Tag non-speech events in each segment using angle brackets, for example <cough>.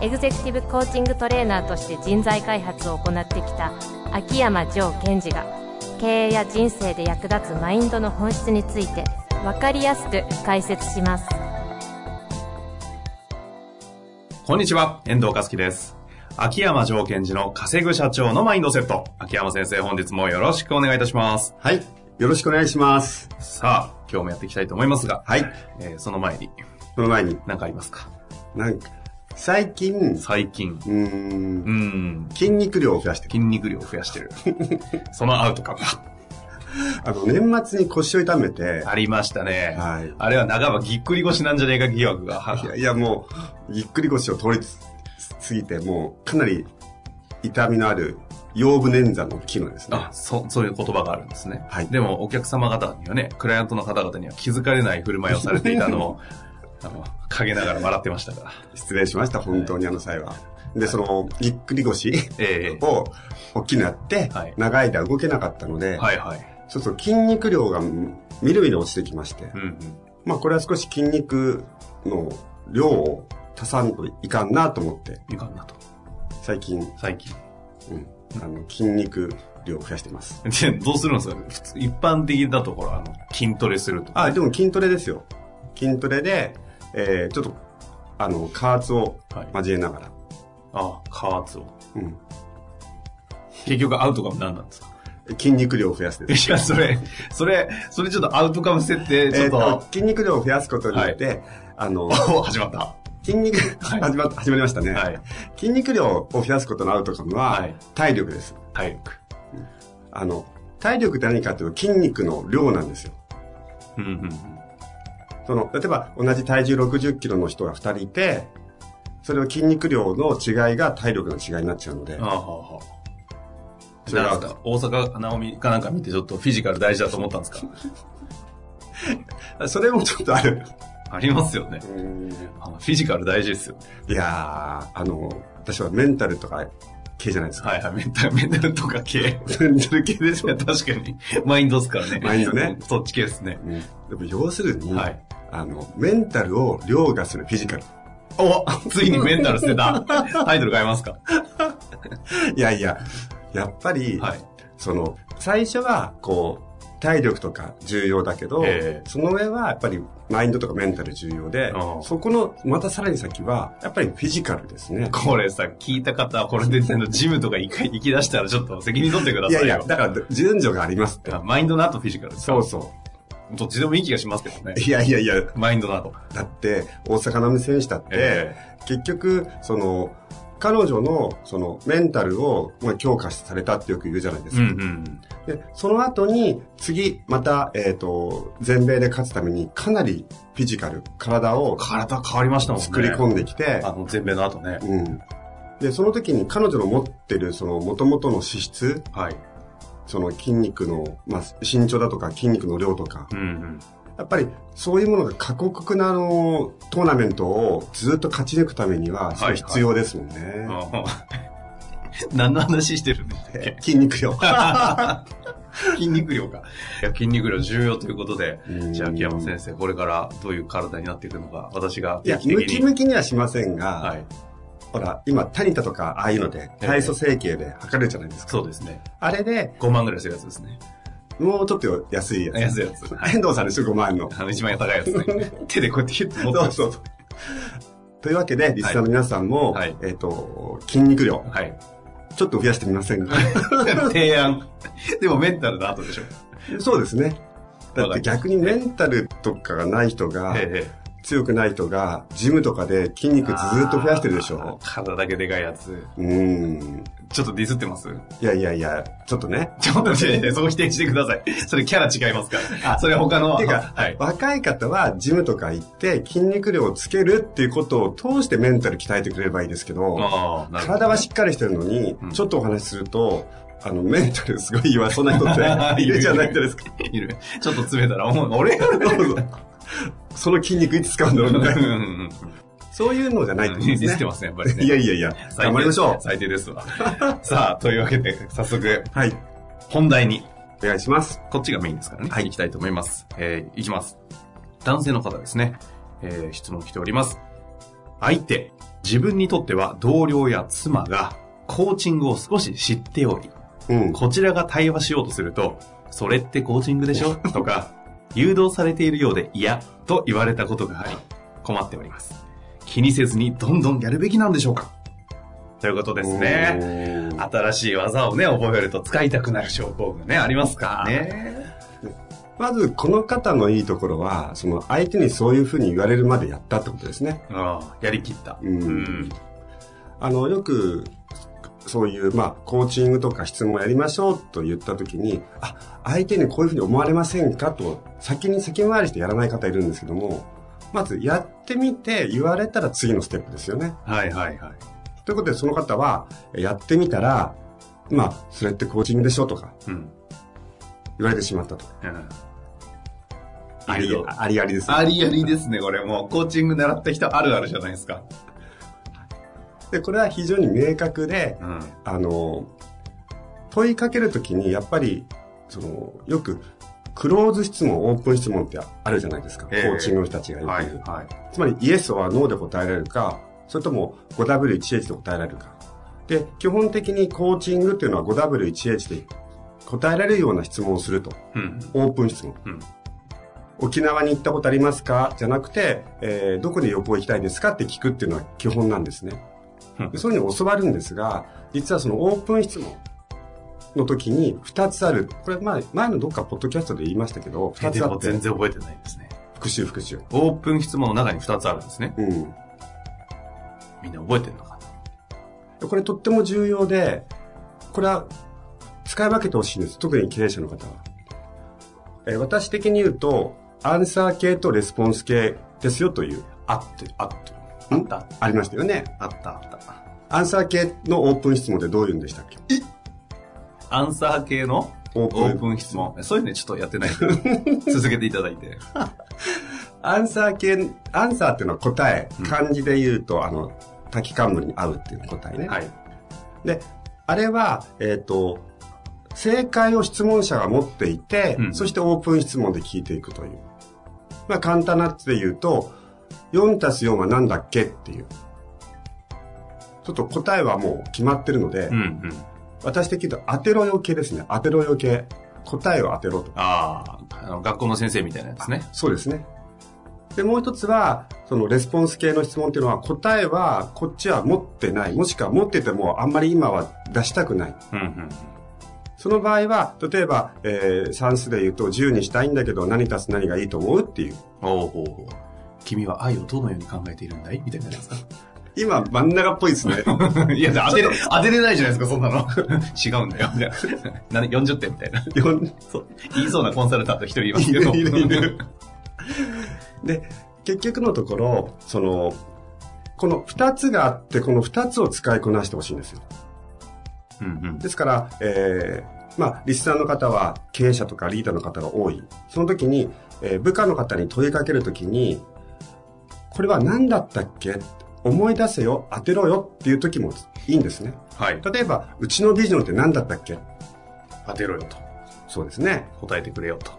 エグゼクティブコーチングトレーナーとして人材開発を行ってきた秋山城賢治が経営や人生で役立つマインドの本質について分かりやすく解説しますこんにちは、遠藤和樹です。秋山条件時の稼ぐ社長のマインドセット。秋山先生、本日もよろしくお願いいたします。はい。よろしくお願いします。さあ、今日もやっていきたいと思いますが、はい。えーその前にその前に、何かありますかなんか、最近、う最近、ーう、んーん、筋肉量を増やしてる筋肉量を増や <laughs> してる。そのアウトかも。あの、年末に腰を痛めて、ありましたね。はいあれは長場ぎっくり腰なんじゃねえか疑惑が。いや、いやもう、ぎっくり腰を通りつ過ぎて、もう、かなり痛みのある、腰部捻挫の機能ですね。あ、そう、そういう言葉があるんですね。はいでも、お客様方にはね、クライアントの方々には気づかれない振る舞いをされていた <laughs> のを、あの、陰ながら笑ってましたから。失礼しました、本当にあの際は。で、その、ぎっくり腰ええを大きくなってはい、長い間動けなかったので、はいはい。ちょっと筋肉量がみるみる落ちてきましてう、んうん。まあこれは少し筋肉の量を足さんといかんなと思って、いかんなと。最近、最近。うん、あの筋肉量を増やしてます。で、どうするんですか普通、一般的だところ、あの、筋トレすると。あ、でも筋トレですよ。筋トレで、えー、ちょっと、あの、加圧をはい交えながら。あ、加圧を。うん。結局アウトカム何なんですか筋肉量を増やすでいす。や、それ、それ、それちょっとアウトカム設定、ちょっと、えー筋肉量を増やすことによって、あの、お始まった。筋肉、はい始ま、始まりましたね、はい筋肉量を増やすことのアウトカムは、はい体力です。体力。あの、体力って何かっていうと筋肉の量なんですよ。うんうんうん。その、例えば同じ体重60キロの人が2人いて、それを筋肉量の違いが体力の違いになっちゃうので、ああ、はあはあ。それなんはですか大阪直美かなんか見てちょっとフィジカル大事だと思ったんですかそれもちょっとある。 <laughs> ありますよね。あのフィジカル大事ですよ。いやー、あの、私はメンタルとか系じゃないですか。はいはい、メンタル、メン <laughs> タルとか系。メンタル系でしいやょ。確かに。マインドですからね。マインドね <laughs> そっち系ですね。うんでも要するに、はいあの、メンタルを凌駕するフィジカル。おついにメンタル捨て <laughs> た。タイトル変えますかいやいや、やっぱり、はい。その、最初は、こう、体力とか重要だけど、ええその上はやっぱりマインドとかメンタル重要でああ、そこのまたさらに先は、やっぱりフィジカルですね。これさ、聞いた方はこれでのジムとか一回行き出したらちょっと責任取ってくだいさやいよ。いや、だから順序がありますって。あマインドなとフィジカルですかそうそどっちでもいい気がしますけどねう。。いやいやいや、マインドなと。だって、大坂なおみ選手だって、結局、その、彼女の、その、メンタルを、まあ、強化されたってよく言うじゃないですうか。んうん。で、その後に、次、また、えっ、と、全米で勝つために、かなりフィジカル、体を体変わりましたもんね。作り込んできて、あの、全米の後ね。うん。で、その時に彼女の持ってる、その、元々の資質、はい。その筋肉の、まあ、身長だとか筋肉の量とか、うんうん。やっぱりそういうものが過酷なあのトーナメントをずっと勝ち抜くためには、それ必要ですもんね。あ <laughs> 何の <laughs> 話して <laughs> るんだっけえ筋肉量。筋肉量か。いや筋肉量重要ということでう、ん <laughs> じゃあ秋山先生、これからどういう体になっていくのか、私がいや定、期的ムに。キムキにはしませんが、はい。ほら、今、タニタとか、ああいうので、体組成形で測れるじゃないですか。そうですね。あれで、 5万ぐらいするやつですね。もうちょっと安いやつ。安いやつ。 <laughs> はい。 <laughs> 遠藤さんでしょ、5万の。あの、一番高いやつ <laughs> ね。手でこうやってヒュッと持っそうて。そうそう。というわけで、リスナーの皆さんも、はいはいえっ、と、筋肉量、はい。ちょっと増やしてみませんか提案。でもメンタルの後でしょ。 <laughs> そうですね。だわっかてり逆にメンタルとかがない人が、ええ。強くない人が、ジムとかで筋肉ずーっと増やしてるでしあーょ。体だけでかいやつ。うーん。ちょっとディスってますいやいやいや、ちょっとね。ちょっと待って、そこ否定してください。それキャラ違いますから。それ他の。っていうか、はい。若い方はジムとか行って筋肉量をつけるっていうことを通してメンタル鍛えてくれればいいですけど、ああ、なるほど体はしっかりしてるのに、うんちょっとお話しすると、あの、メンタルすごい弱そうな人 <laughs> っているじゃないですか。いる。ちょっと詰めたら、お前俺やるその筋肉いつ使うんだろうみたいな。うんそういうのじゃないってことディ <laughs> でスっすてね。ますね、やっぱりね。いやいやいや、最低頑張りましょ最低ですわ。 <laughs> さあ、というわけで、早速、う。はい。本題に、お願いします。こっちがメインですからね。はい。行きたいと思います。えー、いきます。男性の方ですね。えー、質問来ております。相手、自分にとっては同僚や妻が、コーチングを少し知っており、うん。こちらが対話しようとすると、それってコーチングでし <laughs> ょとか、誘導されているようで嫌と言われたことがあり、困っております。気にせずにどんどんやるべきなんでしょうかということですね。ね新しい技をね、覚えると使いたくなる症候群ね、ありますからね。まず、この方のいいところは、その相手にそういうふうに言われるまでやったってことですね。ああやりきった。うんうんあの、よく、そういう、まあ、コーチングとか質問やりましょうと言ったときに、あ、相手にこういうふうに思われませんかと、先に先回りしてやらない方いるんですけども、まずやってみて言われたら次のステップですよね。はいはいはい。ということで、その方は、やってみたら、まあ、それってコーチングでしょとかうん。言われてしまったと。うんありありありです、ね。ありありですね、これ。もう、コーチング習った人あるあるじゃないですか。で、これは非常に明確で、うん。あの、問いかけるときに、やっぱり、その、よく、クローズ質問、オープン質問ってあるじゃないですか。ええコーチングの人たちがよくはい言う。はい。つまり、イエスはノーで答えられるか、それとも 5W1H で答えられるか。で、基本的にコーチングっていうのは 5W1H で答えられるような質問をすると。うん。オープン質問。うん沖縄に行ったことありますかじゃなくて、えーどこに旅行行きたいですかって聞くっていうのは基本なんですねうん。でそういうふうに教わるんですが、実はそのオープン質問の時に2つある。これ前、前のどっかポッドキャストで言いましたけど、2でつあもっ全て、然覚えてないですね。復習復習。オープン質問の中に2つあるんですね。うん。みんな覚えてるのかこれとっても重要で、これは使い分けてほしいんです。特に経営者の方は。えー私的に言うと、アンサー系とレスポンス系ですよという、なあって、あって。あんった、ありましたよね。あった、あっアンサー系のオープン質問でどういうんでしたっけた。アンサー系のオオープン質問。そういうのちょっとやってないから <laughs> 続けていただいて。アンサー系、アンサーっていうのは答え。漢字で言うと、あの、滝冠に合うっていう答えね。はい。で、あれは、えっ、と、正解を質問者が持っていて、うんそしてオープン質問で聞いていくという。まあ簡単なって言うと、4たす4は何だっけっていう。ちょっと答えはもう決まってるので、うんうん。私的に言うと当てろよ系ですね。当てろよ系。答えを当てろと。ああ、あの、学校の先生みたいなやつね。そうですね。で、もう一つは、そのレスポンス系の質問っていうのは、答えはこっちは持ってない。もしくは持っててもあんまり今は出したくない。うんうん。その場合は、例えば、えー算数で言うと10にしたいんだけど何足す何がいいと思うっていう。おうほうほう。君は愛をどのように考えているんだいみたいなやつか。今、真ん中っぽいです <laughs> ね。 <laughs> い <laughs> や、当てれ、当てれないじゃないですか、そんなの。 <laughs> 違うんだよ、み <laughs> たいな。な40点みたいな。よんそう。言いそうなコンサルタント一人いますけど。いるいるいるで、結局のところ、その、この2つがあって、この2つを使いこなしてほしいんですよ。うんうん。ですから、えーまあ、リスナーの方は経営者とかリーダーの方が多い。その時に、えー部下の方に問いかける時に、これは何だったっけ思い出せよ、当てろよっていう時もいいんですね。はい。例えば、うちのビジョンって何だったっけ当てろよと。そうですね。答えてくれよと。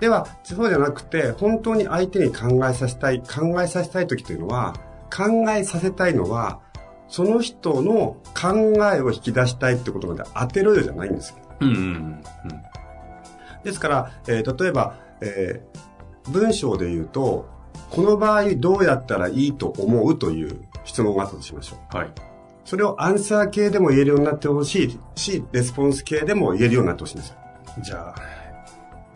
では、そうじゃなくて、本当に相手に考えさせたい、考えさせたい時というのは、考えさせたいのは、その人の考えを引き出したいってことまで当てろよじゃないんですようんうんうん。ですから、えー例えば、えー文章で言うと、この場合どうやったらいいと思うという質問があったとしましょう。はい。それをアンサー系でも言えるようになってほしいし、レスポンス系でも言えるようになってほしいんですよ。じゃ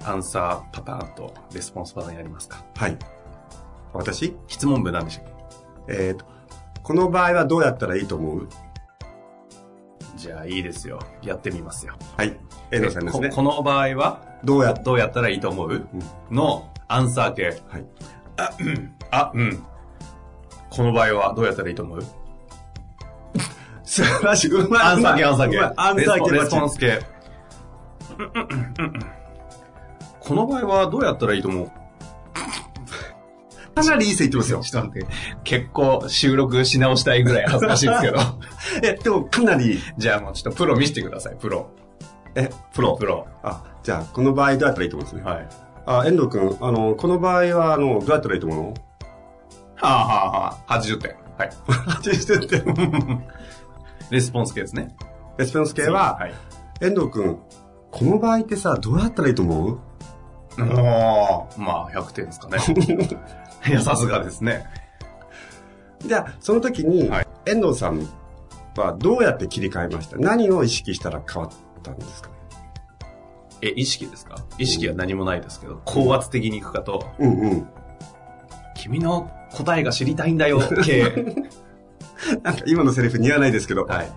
あ、アンサーパターンとレスポンスパターンやりますか。はい。私、質問文なんでしたっけえーと、この場合はどうやったらいいと思うじゃあいいですよ。やってみますよ。はい。遠藤さんですねこ。この場合は、どうやどうやったらいいと思う、のアンサー系。はい。あ、うん。この場合はどうやったらいいと思う素晴らしい。うまい。アンサー系、うアンサまーい系。アンサー系レバスッチリポンス系。この場合はどうやったらいいと <laughs> 思うかなりいい線いってますよ。ちょっと待って。結構収録し直したいぐらい恥ずかしいですけ <laughs> ど。え、でもかなりいい。じゃあもうちょっとプロ見せてください、プロ。え、プロ、プロ。あ、じゃあ、この場合どうやったらいいと思うんですね。はい。あ、遠藤くん、あの、この場合は、あの、どうやったらいいと思うのはあはあはあ、80点。はい。80点。レスポンス系ですね。レスポンス系は、はい。遠藤くん、この場合ってさ、どうやったらいいと思うおーまあ、100点です <laughs> かね。いや、さすがですね。じゃあ、その時に、はい遠藤さんはどうやって切り替えました何を意識したら変わったんですかねえ、意識ですか意識は何もないですけど、高圧的にいくかと、うんうん。君の答えが知りたいんだよ、系。なんか今のセリフ似合わないですけ <laughs> ど、はい。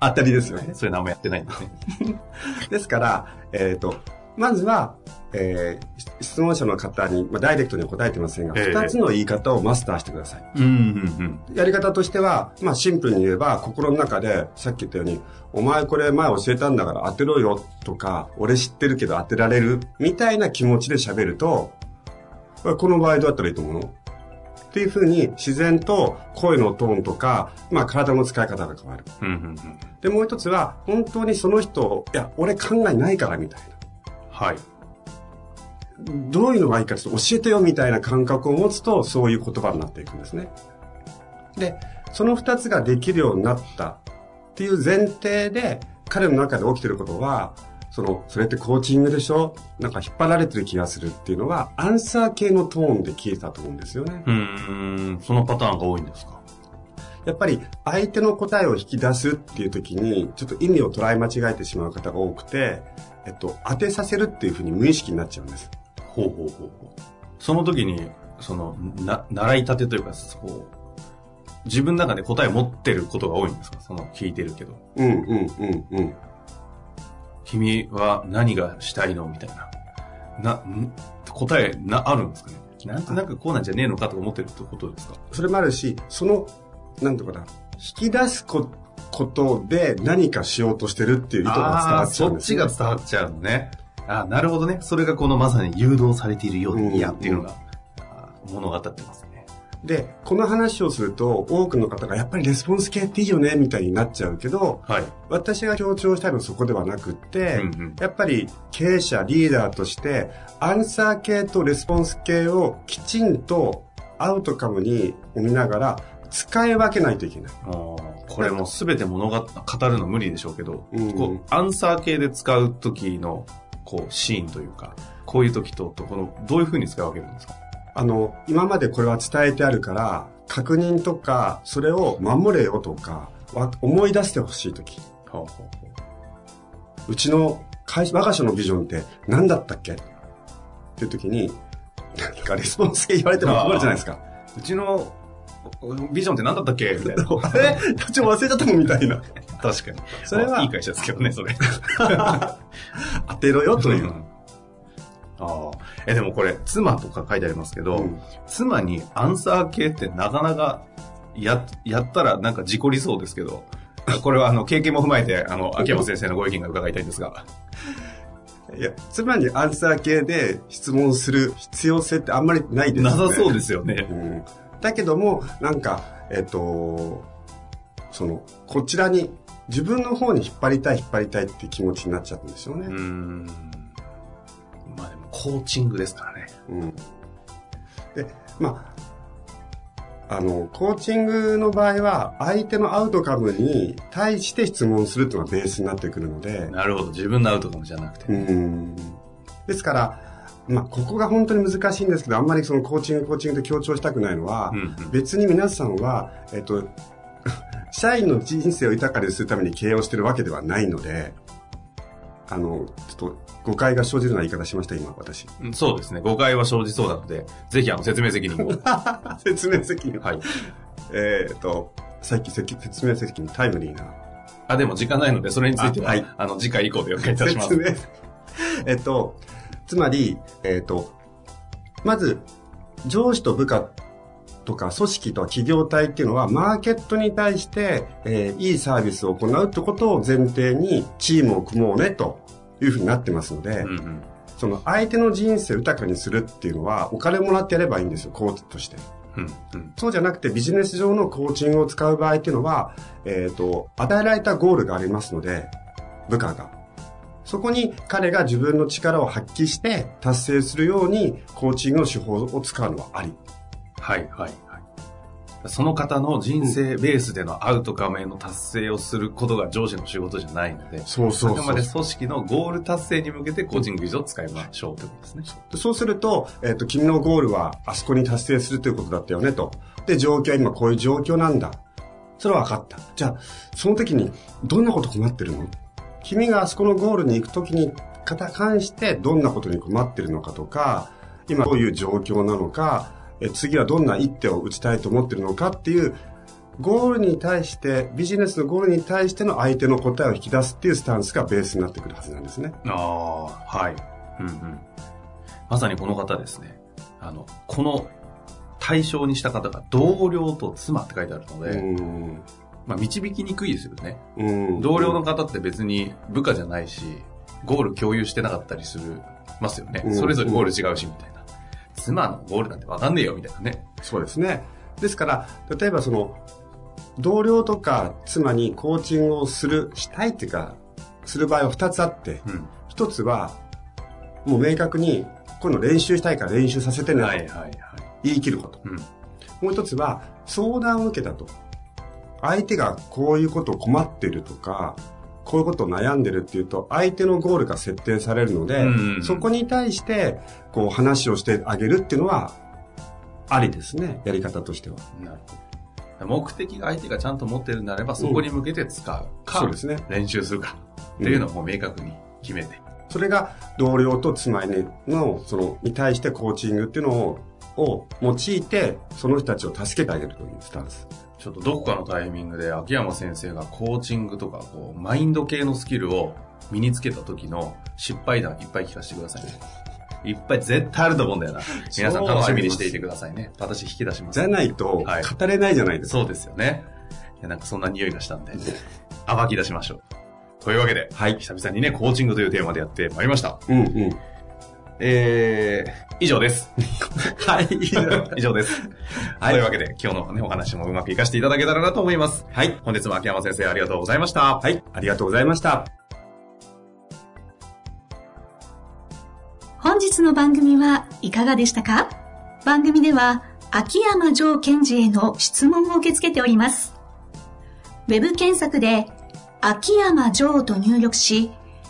当たりですよね。それ何もやってないんですね。ですから、えっ、と、まずは、えーし質問者の方に、まあ、ダイレクトには答えてませんが、ええ二つの言い方をマスターしてください。うん、うん、やり方としては、まあ、シンプルに言えば、心の中で、さっき言ったように、お前これ前教えたんだから当てろよとか、俺知ってるけど当てられるみたいな気持ちで喋ると、この場合どうやったらいいと思うのっていうふうに、自然と声のトーンとか、まあ、体の使い方が変わる。うん。うん、うん、うん。で、もう一つは、本当にその人、いや、俺考えないからみたいな。はい。どういうのがいいかちょっと教えてよみたいな感覚を持つと、そういう言葉になっていくんですね。で、その二つができるようになったっていう前提で、彼の中で起きてることは、その、それってコーチングでしょなんか引っ張られてる気がするっていうのは、アンサー系のトーンで聞いたと思うんですよね。うーん、そのパターンが多いんですかやっぱり相手の答えを引き出すっていう時に、ちょっと意味を捉え間違えてしまう方が多くて、えっと、当てさせるっていうふうに無意識になっちゃうんです。ほうほうほうほう。その時に、その、な、習いたてというか、そう、自分の中で答え持ってることが多いんですかその、聞いてるけど。うんうんうんうん。君は何がしたいのみたいな。な、ん答えな、あるんですかねなんとなくこうなんじゃねえのかとか思ってるってことですかそれもあるし、その、なんていうかな、引き出すこことで何かしようとしてるっていう意図が伝わっちゃうんですよ、伝わっちゃうのね。あーなるほどね。それがこのまさに誘導されているよううんで嫌っていうのが、あー物語ってますね。で、この話をすると、多くの方がやっぱりレスポンス系っていいよね、みたいになっちゃうけど、はい。私が強調したいのはそこではなくって、うんうんやっぱり経営者、リーダーとして、アンサー系とレスポンス系をきちんとアウトカムに見ながら、使い分けないといけない。もうこれも全て物語語るの無理でしょうけど、うんこうアンサー系で使う時のこうシーンというかこういう時ととこのどういうふうに使い分けるんですかあの、今までこれは伝えてあるから、確認とか、それを守れよとか、わ思い出してほしいとき。ほううちの会社、我が社のビジョンって何だったっけっていうときに、なんかレスポンス系言われても困るじゃないですか。ちのおビジョンって何だったっけみ <laughs> たいなあれ立 <laughs> ち忘れちゃったもんみたいな。確かにそれはいい会社ですけどね <laughs> それ当てろよといんう。ああえでもこれ「妻」とか書いてありますけど、うん妻にアンサー系ってなかなかややったらなんか事故りそうですけどこれはあの経験も踏まえてあの秋山先生のご意見が伺いたいんですがいや、つまりアンサー系で質問する必要性ってあんまりないですよなね。さそうですよね。うんだけども、なんか、えっ、と、その、こちらに、自分の方に引っ張りたい、引っ張りたいって気持ちになっちゃったんですようね。ん。まあでも、コーチングですからね。うん。で、まあ、あの、コーチングの場合は、相手のアウトカムに対して質問するっていうのがベースになってくるので、なるほど。自分のアウトかもじゃなくて。うん。ですから、まあ、ここが本当に難しいんですけど、あんまりそのコーチング、コーチングと強調したくないのは、うんうん別に皆さんは、えっと、 <laughs> 社員の人生を豊かにするために経営をしてるわけではないので、あの、ちょっと誤解が生じるような言い方しました、今、私。うんそうですね。誤解は生じそうなので、ぜひあの説明責任 <laughs> を。説明責任。はい。えーっと、さっきせき説明責任タイムリーな。あ、でも時間ないので、それについては、ああ,、はいの、次回以降でお願いいたします。説明。 <laughs> えっと、つまり、えっと、まず、上司と部下とか組織と企業体っていうのは、マーケットに対して、えーいいサービスを行うってことを前提に、チームを組もうね、というふうになってますので、うんうんその相手の人生を豊かにするっていうのは、お金もらってやればいいんですよ、コーチとして。うんうんそうじゃなくて、ビジネス上のコーチングを使う場合っていうのは、えっ、と、与えられたゴールがありますので、部下が。そこに彼が自分の力を発揮して達成するように、コーチングの手法を使うのはあり。はいはいはい。その方の人生ベースでのアウトカムへの達成をすることが上司の仕事じゃないので、そうあくまで組織のゴール達成に向けてコーチング技術を使いましょうということですね。そうすると、えっ、と、君のゴールはあそこに達成するということだったよねと。で、状況は今こういう状況なんだ。それは分かった。じゃあ、その時にどんなこと困ってるの君があそこのゴールに行く時にかた関してどんなことに困ってるのかとか、今どういう状況なのか、え次はどんな一手を打ちたいと思ってるのかっていう、ゴールに対して、ビジネスのゴールに対しての相手の答えを引き出すっていうスタンスがベースになってくるはずなんですね。ああ、はい。うんうん。まさにこの方ですね。あの、この対象にした方が同僚と妻って書いてあるので、うんまあ導きにくいですよね。うん同僚の方って別に部下じゃないし、ゴール共有してなかったりするますよねう。んそれぞれゴール違うし、みたいな。妻のゴールなんてわかんねえよ、みたいなね。そうですね。ですから、例えばその、同僚とか妻にコーチングをする、したいっていうか、する場合は2つあって、うん。 1つは、もう明確に、今度練習したいから練習させてね、はいはいはい。言い切ること。うん。もう1つは、相談を受けたと。相手がこういうことを困ってるとか、こういうことを悩んでるっていうと、相手のゴールが設定されるので、うんそこに対して、こう話をしてあげるっていうのは、ありですね、やり方としては。なるほど。目的が相手がちゃんと持ってるならば、そこに向けて使うか、そうですね。練習するか、っていうのをもう明確に決めて。それが同僚と妻にの、その、に対してコーチングっていうのを、を用いて、その人たちを助けてあげるというスタンス。ちょっとどこかのタイミングで秋山先生がコーチングとかこうマインド系のスキルを身につけた時の失敗談いっぱい聞かせてくださいね。いっぱい絶対あると思うんだよ <laughs> な。皆さん楽しみにしていてくださいね。私引き出します。じゃないと、はい語れないじゃないですか。そうですよね。いやなんかそんな匂いがしたんで、暴き出しましょう。というわけで、はい久々にね、コーチングというテーマでやってまいりました。うんうん。えー、以上です。はい。 <laughs> 以上です。 <laughs> はいというわけで、今日の、ね、お話もうまく活かしていただけたらなと思います。はい。本日も秋山先生ありがとうございました。はい。ありがとうございました。本日の番組はいかがでしたか番組では秋山城賢治への質問を受け付けております。ウェブ検索で秋山城と入力し、